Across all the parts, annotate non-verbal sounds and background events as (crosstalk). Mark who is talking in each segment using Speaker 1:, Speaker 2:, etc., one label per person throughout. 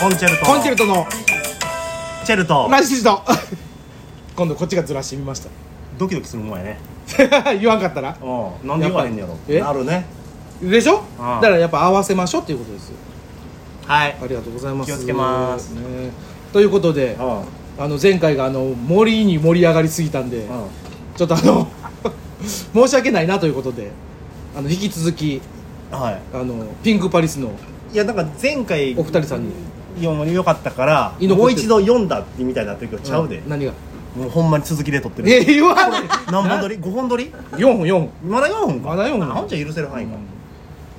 Speaker 1: コンチェルト
Speaker 2: コンチェルトの
Speaker 1: チェルト
Speaker 2: 同じ筋と (laughs) 今度こっちがずらしてみまし
Speaker 1: ドキドキするもんやね
Speaker 2: た (laughs) 言わんかったら
Speaker 1: うんなんで言わへんのやろ
Speaker 2: え
Speaker 1: なるね
Speaker 2: でしょだ
Speaker 1: ああ
Speaker 2: からやっぱ合わせましょうっていうことですよ
Speaker 1: はい
Speaker 2: ありがとうございます
Speaker 1: 気をつけます
Speaker 2: ねということで
Speaker 1: うん
Speaker 2: あの前回があの森に盛り上がりすぎたんで
Speaker 1: うん
Speaker 2: ちょっとあの (laughs) 申し訳ないなということであの引き続き
Speaker 1: は
Speaker 2: あのピンクパリスの
Speaker 1: いいやだから前回
Speaker 2: お二人さんに
Speaker 1: 読むよかったから
Speaker 2: 居残ってる
Speaker 1: もう一度読んだみたいになってるけどちゃうで
Speaker 2: ん何が
Speaker 1: もうほんまに続きで撮ってる
Speaker 2: え言わない
Speaker 1: 何本撮り5本撮り
Speaker 2: 4本4本
Speaker 1: まだ4本か
Speaker 2: まだ四本
Speaker 1: あほんじゃ許せる範囲か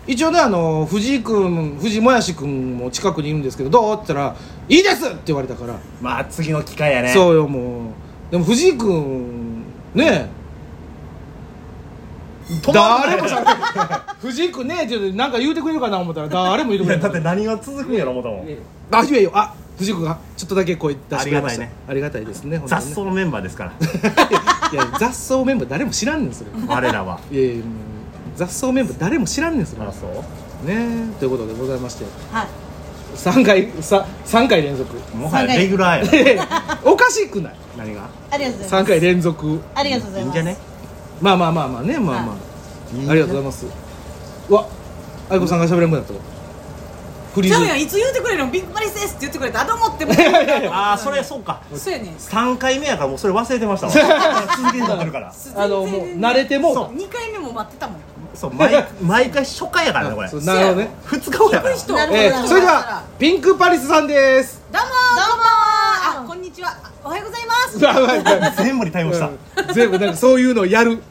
Speaker 2: 一応ねあの藤井君藤井もやし君も近くにいるんですけどどうって言ったら「いいです!」って言われたから、
Speaker 1: まあ次の機会やね
Speaker 2: そうよもうでも藤井君ね
Speaker 1: 止まんない
Speaker 2: 誰もしゃべって (laughs) 藤井君ねえって言うてなんか言うてくれるかな思ったら誰も言う
Speaker 1: いや
Speaker 2: てくれな
Speaker 1: だ
Speaker 2: い
Speaker 1: って何が続くんやろ思ったもん
Speaker 2: あ言えよあ藤井君がちょっとだけ声出してくれました
Speaker 1: ありがたいね
Speaker 2: ありがたいですね本当
Speaker 1: 雑
Speaker 2: にね
Speaker 1: 草のメンバーですから
Speaker 2: (laughs) いや雑草メンバー誰も知らんねんそれ
Speaker 1: 我らはい
Speaker 2: やいやもう雑草メンバー誰も知らんねんそれ
Speaker 1: あそ
Speaker 2: ねえということでございまして
Speaker 3: はい
Speaker 2: 3回さ三回連続
Speaker 1: うもはやレギュラーや
Speaker 2: (laughs) おかしくない
Speaker 1: な何が
Speaker 3: ありがとうございます
Speaker 2: 3回連続
Speaker 3: ありがとうござ
Speaker 1: い
Speaker 3: い
Speaker 1: いん
Speaker 3: ま
Speaker 1: じ
Speaker 3: す
Speaker 1: ゃね
Speaker 2: まあまあまあまあねまあまあありがとうございますうわ愛子さんが喋れんくなったフリ
Speaker 3: ち
Speaker 2: ー
Speaker 3: ゃ
Speaker 2: ズ
Speaker 3: うやんいつ言うてくれるのビッグマリスですって言ってくれたらどう思っても
Speaker 1: ああそれそうか
Speaker 3: そうやねん
Speaker 1: 3回目やからもうそれ忘れてま
Speaker 2: (laughs)
Speaker 1: したわ続けになってるから
Speaker 2: あのもう慣れてもうた
Speaker 1: そ
Speaker 3: 2回目も待ってたもん
Speaker 1: そう毎毎回初回やからねこれ
Speaker 2: あそう
Speaker 1: 2
Speaker 2: なるほどね
Speaker 1: 日後やから
Speaker 3: 人
Speaker 2: えーそれではピンクパリスさんです
Speaker 3: どうもどうもあこんにちはあおはようございます
Speaker 2: うわうわうわ
Speaker 1: 全部に対応したい
Speaker 2: うん全部なんかそういうのをやる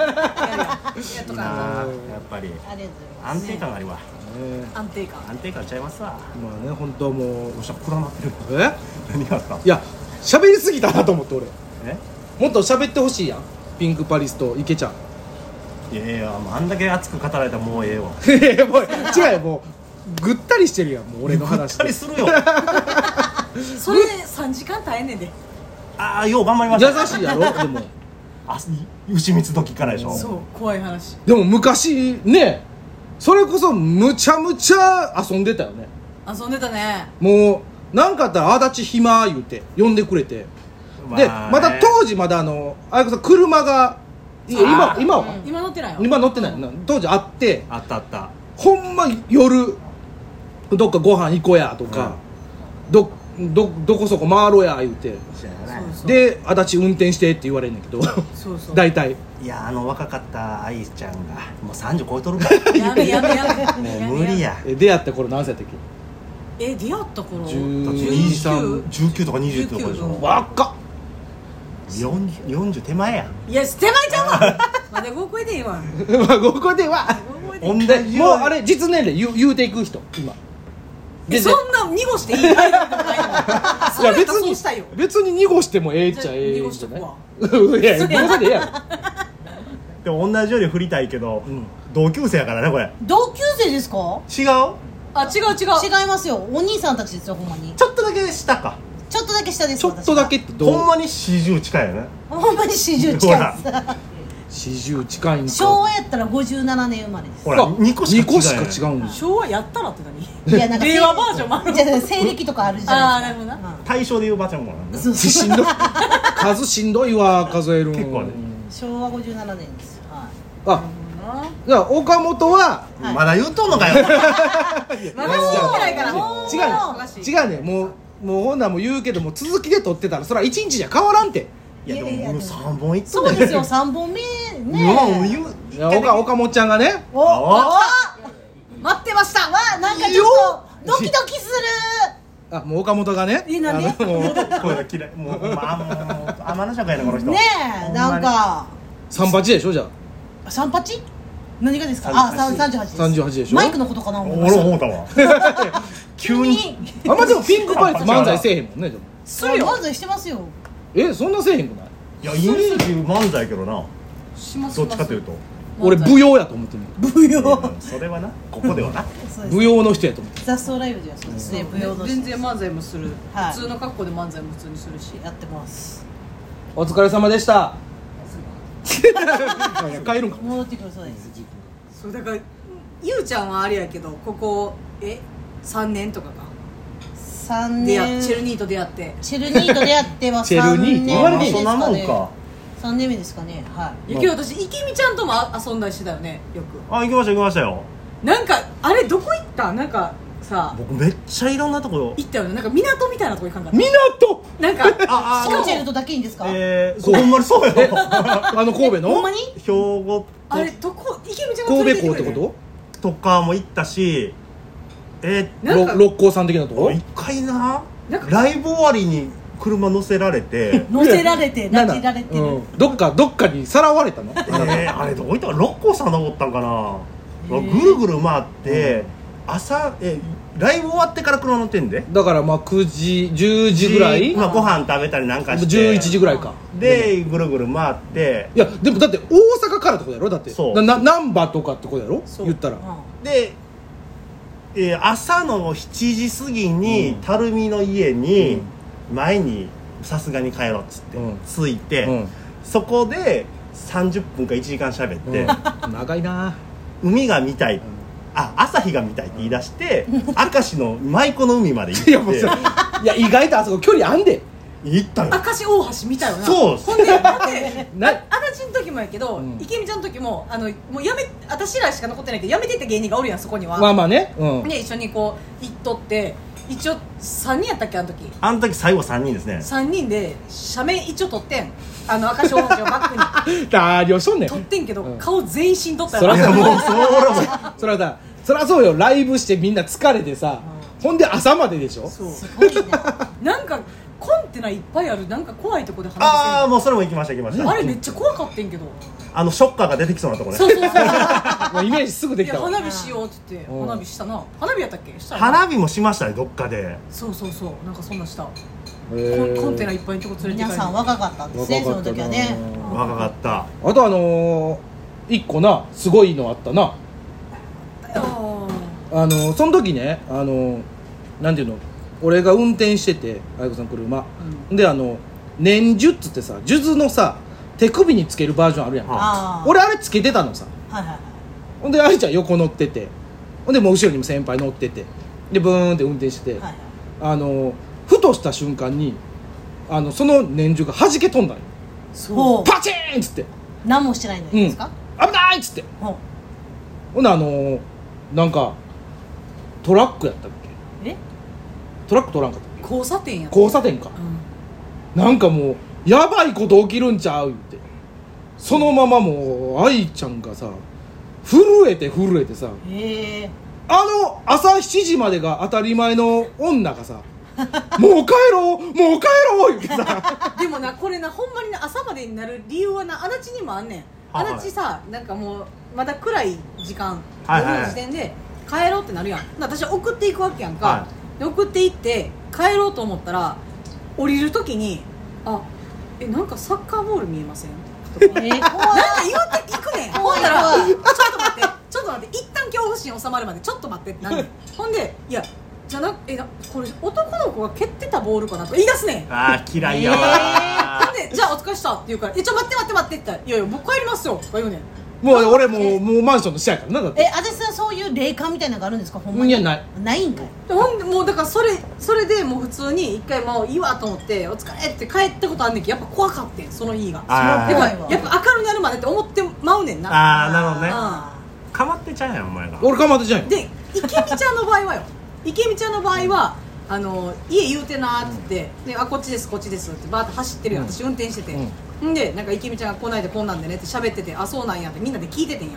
Speaker 3: やっと
Speaker 1: い
Speaker 3: か
Speaker 1: なあやっぱり
Speaker 3: ありがとうござい
Speaker 1: 安
Speaker 3: ます
Speaker 1: 定感あるわ
Speaker 2: え
Speaker 3: 安定感
Speaker 1: 安定感ちゃいますわ
Speaker 2: ーまあね本当もう
Speaker 1: どうした暗なってる
Speaker 2: え
Speaker 1: 何があった
Speaker 2: いや喋りすぎたなと思って俺
Speaker 1: え
Speaker 2: もっと喋ってほしいやんピンクパリスと池ちゃん (laughs)
Speaker 1: いやいやもうあんだけ熱く語られたらもうええわ
Speaker 2: いやもう違うよもうぐったりしてるやんもう俺の話
Speaker 1: 2
Speaker 2: で
Speaker 1: 人す
Speaker 2: (laughs)
Speaker 1: るよ
Speaker 3: それ3時間耐えんねんで
Speaker 1: ああよう頑張りました
Speaker 2: 優しいやろでも
Speaker 1: あ牛蜜時からでしょ
Speaker 3: そう怖い話
Speaker 2: でも昔ねそれこそむちゃむちゃ遊んでたよね
Speaker 3: 遊んでたね
Speaker 2: もうなんかあったら「足立暇」言うて呼んでくれて、でまた当時まだあのあやこさん車がいや今
Speaker 1: あー
Speaker 2: 今は、
Speaker 3: 今乗ってないよ
Speaker 2: 今乗ってないよな当時あって
Speaker 1: あったあった
Speaker 2: ほんま夜どっかご飯行こうやとか、どどどこそこ回ろうや言うて
Speaker 3: そうそう
Speaker 2: で足立運転してって言われんねんけど
Speaker 3: そうそう
Speaker 2: (laughs) 大体
Speaker 1: いやあの若かった愛ちゃんがもう30超えとるから
Speaker 3: やめやめやめ
Speaker 1: もう無理や
Speaker 2: え出会った頃何歳やったっ
Speaker 3: え出会った頃
Speaker 2: け123
Speaker 3: 19
Speaker 1: 19とか20とかでしょ
Speaker 2: 若っ
Speaker 1: 40 40手前や
Speaker 3: いや手前ちゃうわまだ合コンでいいわ
Speaker 2: (laughs) まあここでは
Speaker 3: 合コンでいい
Speaker 1: 同
Speaker 2: で
Speaker 1: じよ
Speaker 2: もうあれ実年齢言う言うていく人今
Speaker 3: え
Speaker 2: で
Speaker 3: そんな濁していいタイプないのそ
Speaker 2: いや
Speaker 3: れやっ
Speaker 2: 別
Speaker 3: たらそう
Speaker 2: に
Speaker 3: したいよ
Speaker 2: 別に濁してもええっちゃええんじゃない
Speaker 3: じゃ
Speaker 2: いや濁さでええやろ
Speaker 3: (laughs)
Speaker 1: でも同じように振りたいけど同級生やからねこれ
Speaker 4: 同級生ですか
Speaker 1: 違う
Speaker 3: あ違う違う
Speaker 4: 違いますよお兄さんたちですよほんまに
Speaker 1: ちょっとだけ下か
Speaker 4: ちょっとだけ下です
Speaker 2: ちょっとだけってどう
Speaker 1: ほんまに40近いよね
Speaker 4: 私はほんまに40近いで
Speaker 2: 四十近いんか
Speaker 4: す昭和やったら57年生まれです
Speaker 1: ほら
Speaker 2: あ
Speaker 1: 2個しか違う
Speaker 2: 二個しか違
Speaker 1: う
Speaker 2: うんです
Speaker 3: 昭和やったらって何
Speaker 4: いやなんか
Speaker 3: 令和バージョンもある
Speaker 4: じゃあ西暦とかあるじゃないです
Speaker 3: あーなるほ
Speaker 4: か
Speaker 1: 対象で言うばちゃんもなんね
Speaker 4: そうそう
Speaker 2: しんどい数しんどいわ数えるん
Speaker 1: 結構ね
Speaker 4: 昭和57年ですよは
Speaker 2: あじゃあ岡本は
Speaker 4: はい
Speaker 1: まだ言うとんのかよ
Speaker 3: まだ終わってないから
Speaker 2: 違
Speaker 3: おかし
Speaker 2: う
Speaker 3: い
Speaker 2: ね違うねもうもうほんならもう言うけども続きで撮ってたらそれは一日じゃ変わらんて
Speaker 1: いやでももう3本いっ
Speaker 4: い
Speaker 1: と
Speaker 4: そ
Speaker 1: ん
Speaker 4: う
Speaker 1: ね
Speaker 4: ですよ3本目
Speaker 1: (laughs) もう
Speaker 4: ね
Speaker 1: 言う
Speaker 2: いや岡岡本ちゃんがね
Speaker 4: おわ
Speaker 3: 待ってましたわ
Speaker 4: なんかちょっとドキドキする
Speaker 2: あもう岡本がね
Speaker 4: えなんで
Speaker 2: あのもう
Speaker 1: 声が嫌いもうまあもう天の尺やねこの人
Speaker 4: ねえなんか
Speaker 2: 三八でしょじゃあ
Speaker 4: (laughs) 三八何がですかあ三三十八です
Speaker 2: 38でしょ
Speaker 4: マイクのことかな思いま
Speaker 1: 俺
Speaker 4: した
Speaker 1: 思うたわ急に
Speaker 2: あんまでもピンクパイ
Speaker 4: (laughs)
Speaker 2: ツ漫才せえへんもんねでも
Speaker 4: するよ漫才してますよ
Speaker 2: えそんなせえへんくない
Speaker 1: いやイメージ漫才やけどな
Speaker 3: します
Speaker 1: どっちかというと
Speaker 2: 俺舞踊やと思ってんの
Speaker 4: 舞
Speaker 1: いやそれはなここではな
Speaker 4: そうです
Speaker 2: 舞踊の人やと思って
Speaker 4: 雑草ライブではそうですね舞踊の
Speaker 3: 全然漫才もする
Speaker 4: はい
Speaker 3: 普通の格好で漫才も普通にするし
Speaker 4: やってます
Speaker 2: お疲れ様でした (laughs) 帰るんか
Speaker 4: 戻ってくるそうです
Speaker 3: そうだからゆうちゃんはあれやけどここえ三年とかか
Speaker 4: 三
Speaker 3: 出会
Speaker 4: 年
Speaker 3: っチェルニーと出会って
Speaker 4: チェルニーと出会っては
Speaker 2: チェルニーって言われて
Speaker 4: 三年
Speaker 1: そ
Speaker 2: ん
Speaker 4: 目です
Speaker 1: んなもん
Speaker 4: ね
Speaker 1: か
Speaker 4: 三年目ですかねはい
Speaker 3: やけど私池美ちゃんともあ遊んだりしてたよねよく
Speaker 1: あ行きました行きましたよ
Speaker 3: なんかあれどこ行ったなんかさ
Speaker 1: 僕めっちゃいろんなところ
Speaker 3: 行ったよねなんか港みたいなとこ行かんかっ
Speaker 2: 港
Speaker 3: たな
Speaker 2: (laughs)
Speaker 3: んか
Speaker 1: あ
Speaker 4: い
Speaker 1: あ
Speaker 4: コンチェルトだけにですか、
Speaker 1: えー、そうほんまにそうやろ
Speaker 2: あの神戸
Speaker 4: ほん
Speaker 2: の
Speaker 4: まに
Speaker 1: 兵庫
Speaker 3: あれどこ池美ちゃんが
Speaker 2: 神
Speaker 3: 連れ
Speaker 2: 戸
Speaker 3: て
Speaker 2: 港
Speaker 3: 行
Speaker 2: ってこと
Speaker 1: とかも行ったしえー、
Speaker 3: なんか
Speaker 2: ろ六甲山的なとこ
Speaker 1: 一回な
Speaker 3: なんか
Speaker 1: ライブ終わりに車乗せられ
Speaker 4: (laughs)
Speaker 1: て
Speaker 4: 乗せられて
Speaker 2: な
Speaker 4: な
Speaker 2: な
Speaker 4: じられてる、
Speaker 2: うんどっかどっかにさらわれたの
Speaker 1: えー、あれどこ行ったか六甲山登ったんかな、ぐるぐる回って、朝えーライブ終わってから車乗ってんで
Speaker 2: だからまあ9時10時ぐらい
Speaker 1: まあ、ご飯食べたりなんかして
Speaker 2: 11時ぐらいか
Speaker 1: でぐるぐる回って
Speaker 2: いやでもだって大阪からってことやろだって
Speaker 1: そう
Speaker 2: なな難波とかってことやろ言ったら
Speaker 1: で、えー朝の7時過ぎに
Speaker 2: うん
Speaker 1: 垂水の家に前にさすがに帰ろうっつって、
Speaker 2: うん
Speaker 1: 着いて、
Speaker 2: うん
Speaker 1: そこで30分か1時間喋って、
Speaker 2: うん長いな
Speaker 1: 海が見たい、あ朝日が見たいって言い出して、明石の舞子の海まで行っ
Speaker 2: い
Speaker 1: て
Speaker 2: やもうそれいや意外とあそこ距離あんで
Speaker 1: 行ったよ
Speaker 3: 明石大橋見たよな
Speaker 1: そう
Speaker 3: ほんでだって
Speaker 2: な
Speaker 3: 足立の時もやけど、
Speaker 2: うん
Speaker 3: 池美ちゃんの時もあのもうやめ私らしか残ってないけどやめてった芸人がおるやんそこには、
Speaker 2: まあまあねうん
Speaker 3: で一緒にこう行っとって一応3人やったっけあの時
Speaker 1: あの時最後3人ですね
Speaker 3: 3人で写メ一応撮ってんあの赤潮大橋をバックに
Speaker 2: 大量しとんねん
Speaker 3: 撮ってんけど、
Speaker 2: うん
Speaker 3: 顔全身撮った
Speaker 2: そら
Speaker 1: い
Speaker 2: そ
Speaker 1: や
Speaker 2: う
Speaker 1: もうそらもう
Speaker 2: それはだそりゃそうよライブしてみんな疲れてさほんで朝まででしょ
Speaker 3: そう
Speaker 4: すごいな
Speaker 3: なんかコンテナいっぱいあるなんか怖いとこで話してん
Speaker 1: ああ
Speaker 3: あ
Speaker 1: もうそれも行きました行きました
Speaker 3: あれめっちゃ怖かってんけど
Speaker 1: あのショッカーが出てきそうなとこね
Speaker 3: そうそうそう
Speaker 2: もうイメージす (laughs) ぐで
Speaker 3: い
Speaker 2: き
Speaker 3: や
Speaker 2: たわ
Speaker 3: 花火しようっつって
Speaker 2: うん
Speaker 3: 花火したな花火やったっけしたよな
Speaker 1: 花火もしましたねどっかで
Speaker 3: そうそうそうなんかそんなんしたコ
Speaker 2: へ
Speaker 3: ン
Speaker 2: ー
Speaker 3: コンテナいっぱいのとこ連れて
Speaker 4: 皆
Speaker 3: 帰る
Speaker 4: さん若かったんですねその時はね
Speaker 2: な
Speaker 1: 若かった
Speaker 2: あとあのー、一個なすごいのあったな
Speaker 3: あ
Speaker 2: あのー、その時ねあのー、なんていうの俺が運転してて愛子さん車、であの年術っつってさ数珠のさ手首につけるバージョンあるやんか
Speaker 1: は
Speaker 4: ああ
Speaker 2: 俺あれつけてたのさ
Speaker 4: はいはいはい
Speaker 2: ほんで愛ちゃん横乗っててほんでもう後ろにも先輩乗っててでブーンって運転してて、
Speaker 4: はいはい
Speaker 2: あのふとした瞬間にあのその年中が弾け飛んだんよ
Speaker 4: ほ
Speaker 2: パチーンっつって
Speaker 4: う何もしてないの
Speaker 2: うん
Speaker 4: にですか、
Speaker 2: 危ないっつって
Speaker 4: ほう
Speaker 2: ほんであのなんかトラックやったっけ
Speaker 4: え
Speaker 2: トラック取らんかったっ
Speaker 3: ー交差点や
Speaker 2: け交差点か
Speaker 3: うん
Speaker 2: なんかもうやばいこと起きるんちゃう言ってそのままもう愛ちゃんがさ震えて震えてさ
Speaker 4: へえ
Speaker 2: あの朝7時までが当たり前の女
Speaker 1: (laughs)
Speaker 2: がさもう帰ろうもう帰ろう言っ
Speaker 1: (laughs)
Speaker 2: てさ
Speaker 3: でもなこれなほんまにな朝までになる理由はな足立にもあんねん
Speaker 1: はい
Speaker 3: 足立さなんかもうまだ暗い時間
Speaker 1: はいはい
Speaker 3: 夜の時点で帰ろうってなるやんな私は送っていくわけやんか、
Speaker 1: は
Speaker 3: で送っていって帰ろうと思ったら降りる時に「あえなんかサッカーボール見えません?」と
Speaker 4: (laughs)
Speaker 3: かなんか
Speaker 4: え怖い
Speaker 3: 言っていくねんほ
Speaker 4: 怖
Speaker 3: ん
Speaker 4: い
Speaker 3: なら「
Speaker 4: 怖い
Speaker 3: ちょっと待ってちょっと待って一旦恐怖心収まるまでちょっと待って」ってな
Speaker 1: (laughs)
Speaker 3: るねんほんで「いやじゃなえなこれ男の子が蹴ってたボールかな」とか言い出すねん
Speaker 1: あー嫌いやわ
Speaker 3: なんで「じゃあお疲れっした」って言うから「えちょ待って待って待って」って言ったら「いやいや僕帰りますよ」とか言うねん
Speaker 2: もう俺もうもうマンションの下やからなだって
Speaker 4: え足立さんそういう霊感みたいなのがあるんですかほんまに
Speaker 2: いやない
Speaker 4: ないんかい
Speaker 3: でほんでもうだからそれそれでもう普通に一回もういいわと思って「お疲れ」って帰ったことあんねんけどやっぱ怖かってんその日がだか
Speaker 1: あ
Speaker 4: そ
Speaker 1: ー
Speaker 4: う
Speaker 3: ら
Speaker 4: 怖い
Speaker 3: やっぱ明るなるまでって思ってまうねんな
Speaker 1: あーなるほどね
Speaker 4: あ
Speaker 1: かまってちゃうやんお前が
Speaker 2: 俺かまってじゃんよ
Speaker 3: で池美ちゃんの場合はよ池美ちゃんの場合はあの家言うてなーって言って、であこっちですこっちですってバーって走ってるやん、
Speaker 2: うん
Speaker 3: 私運転してて、、
Speaker 2: うん
Speaker 3: でなんか池美ちゃんがこないでこんなんでねって喋っててあそうなんやってみんなで聞いててんや、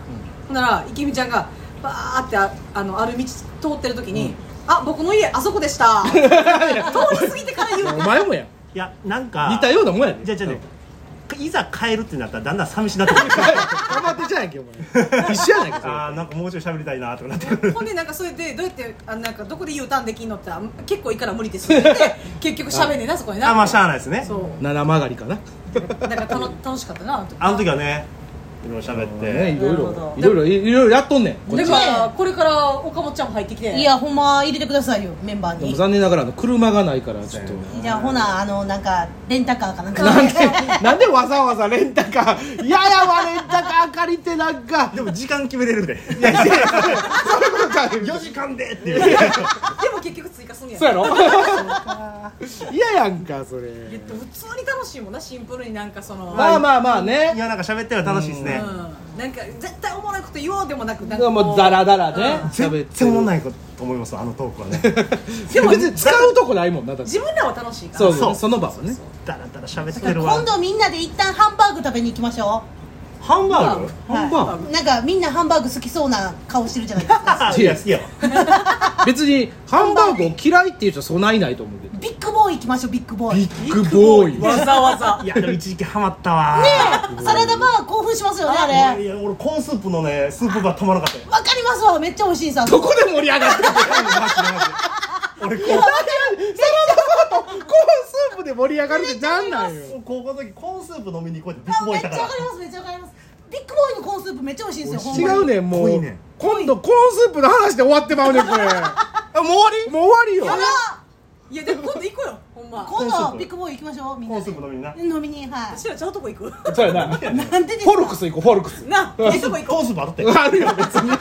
Speaker 3: ほんなら池美ちゃんがバーってああのある道通ってる時に、あ僕の家あそこでした通り過ぎてから言う
Speaker 2: お前もや
Speaker 1: いやなんか
Speaker 2: 似たようなもんやで
Speaker 1: じゃあじゃあ
Speaker 2: う
Speaker 1: ね
Speaker 2: ん
Speaker 1: いざ帰るってなったらだんだん寂しなってくる
Speaker 2: (laughs) かまってじゃんやんけお
Speaker 1: (laughs)
Speaker 2: 前一緒やないかそれ
Speaker 1: あーなんかもうちょい喋りたいなとかなってくる
Speaker 3: ほんでなんかそれでどうやってあなんかどこで U ターンできんのって言ったら結構いいから無理ですって言って結局喋んねんなそこ
Speaker 1: (laughs)
Speaker 3: にな
Speaker 1: あまあしゃあないですね
Speaker 3: そう
Speaker 2: 七曲がりかな
Speaker 3: だから楽楽しかったなあの時
Speaker 1: あの時はねろいろ喋っ
Speaker 2: ねい
Speaker 1: て
Speaker 2: ろい
Speaker 4: なる
Speaker 2: ろ
Speaker 4: ほど
Speaker 2: いろいろいろいろやっとんねんこっ
Speaker 3: だ
Speaker 2: ち
Speaker 3: か
Speaker 2: は
Speaker 3: らこれから岡本ちゃんも入ってきて
Speaker 4: いやほんま入れてくださいよメンバー
Speaker 2: でも
Speaker 4: に
Speaker 2: 残念ながらあの車がないからちょっと
Speaker 1: そうやね
Speaker 4: じゃあほなあのなんかレンタカーかなんか
Speaker 2: なんでなんでわざわざレンタカーややわレンタカー借りてなんか
Speaker 1: でも時間決めれるで4時間でっていう
Speaker 3: でも結局追加すんねや
Speaker 2: そうやろ (laughs) 嫌やんかそれ
Speaker 3: えっと普通に楽しいもんなシンプルになんかその、
Speaker 2: まあまあまあね
Speaker 1: いやなんか喋っては楽しいですね
Speaker 3: うん、なんか絶対おもろいこと言おうでもなくなんかこ
Speaker 2: もうザラザラね
Speaker 1: 全
Speaker 2: 喋って
Speaker 1: 然
Speaker 2: る
Speaker 1: おもんないこと思いますあのトークはね
Speaker 3: でも
Speaker 2: 別に使うとこないもんなだって
Speaker 3: 自分らは楽しいから
Speaker 2: そう
Speaker 1: そ
Speaker 2: そううその場はね
Speaker 1: だらだら喋ってるわ
Speaker 4: 今度みんなで一旦ハンバーグ食べに行きましょ
Speaker 1: ハンバーグ
Speaker 4: う
Speaker 2: ハンバー
Speaker 4: グなんかみんなハンバーグ好きそうな顔してるじゃない
Speaker 1: (laughs)
Speaker 4: ですか
Speaker 1: あいやいや
Speaker 2: 別にハンバーグを嫌いっていう人はそないないと思うけど
Speaker 4: ビッグボーイ行きましょうビッグボーイ
Speaker 2: ビッグボーイ
Speaker 3: わざわざ
Speaker 1: いやでも一時期ハマったわ
Speaker 4: サラダバー興奮しますよねあ
Speaker 1: もう
Speaker 4: れ
Speaker 1: いや俺コーンスープのねスープがたまらなかっ
Speaker 4: (laughs)
Speaker 1: たよ
Speaker 4: わかりますわめっちゃ美味しい
Speaker 2: (laughs)
Speaker 4: さ
Speaker 2: そこで盛り上がってる
Speaker 1: 俺高校
Speaker 2: コーンスープで盛り上がるってなんなんよ
Speaker 1: 高校の時コーンスープ飲みに行こうってビッ
Speaker 4: あ
Speaker 1: グボー
Speaker 4: め
Speaker 1: イ
Speaker 4: っちゃ
Speaker 1: だ
Speaker 4: わ
Speaker 1: か
Speaker 4: からりますめっちゃわかりますビッグボーイのコーンスープめっちゃ美味しいんですよほん
Speaker 2: 違
Speaker 4: まに
Speaker 2: うねんも
Speaker 1: 濃いうね
Speaker 2: 今度コーンスープの話で終わってまうねんこれ (laughs) あもう終わりもう終わりよ
Speaker 4: やば
Speaker 3: いやでも今度行こうよほんま
Speaker 4: 今
Speaker 1: コーンスー
Speaker 4: 度
Speaker 1: プ
Speaker 4: ビッグボーイ行きましょうみん
Speaker 1: コー
Speaker 4: な
Speaker 1: ンス
Speaker 4: で
Speaker 1: ープ飲みにな
Speaker 4: 飲みには
Speaker 3: 私らちゃうとこ行
Speaker 2: (laughs)
Speaker 3: く
Speaker 2: そうやなフ
Speaker 4: いなんでですか
Speaker 2: ォルクス行こうフォルクス
Speaker 3: なあいいとこ行こ
Speaker 1: コーンスープあったって
Speaker 2: あるよ別に (laughs)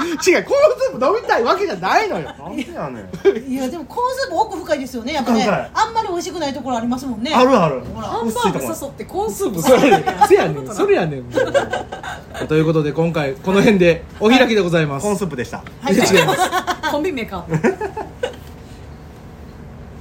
Speaker 2: 違うコーンスープ飲みたいわけじゃないのよ
Speaker 1: なんでやねん
Speaker 4: いやでもコーンスープ奥深いですよねやっぱね
Speaker 1: 奥深い
Speaker 4: あんまり美味しくないところありますもんね
Speaker 1: あるある
Speaker 4: ほ
Speaker 3: う
Speaker 4: ら
Speaker 3: ハンバ
Speaker 1: 薄いと
Speaker 3: ー
Speaker 1: こ
Speaker 3: グ誘ってコーンスープ
Speaker 2: それや
Speaker 3: 誘
Speaker 2: ねんそやねんそれやねんもう (laughs) ということで今回この辺でお開きでございます、
Speaker 1: コーンスープでした
Speaker 4: はい
Speaker 2: 違います
Speaker 3: コンビ名か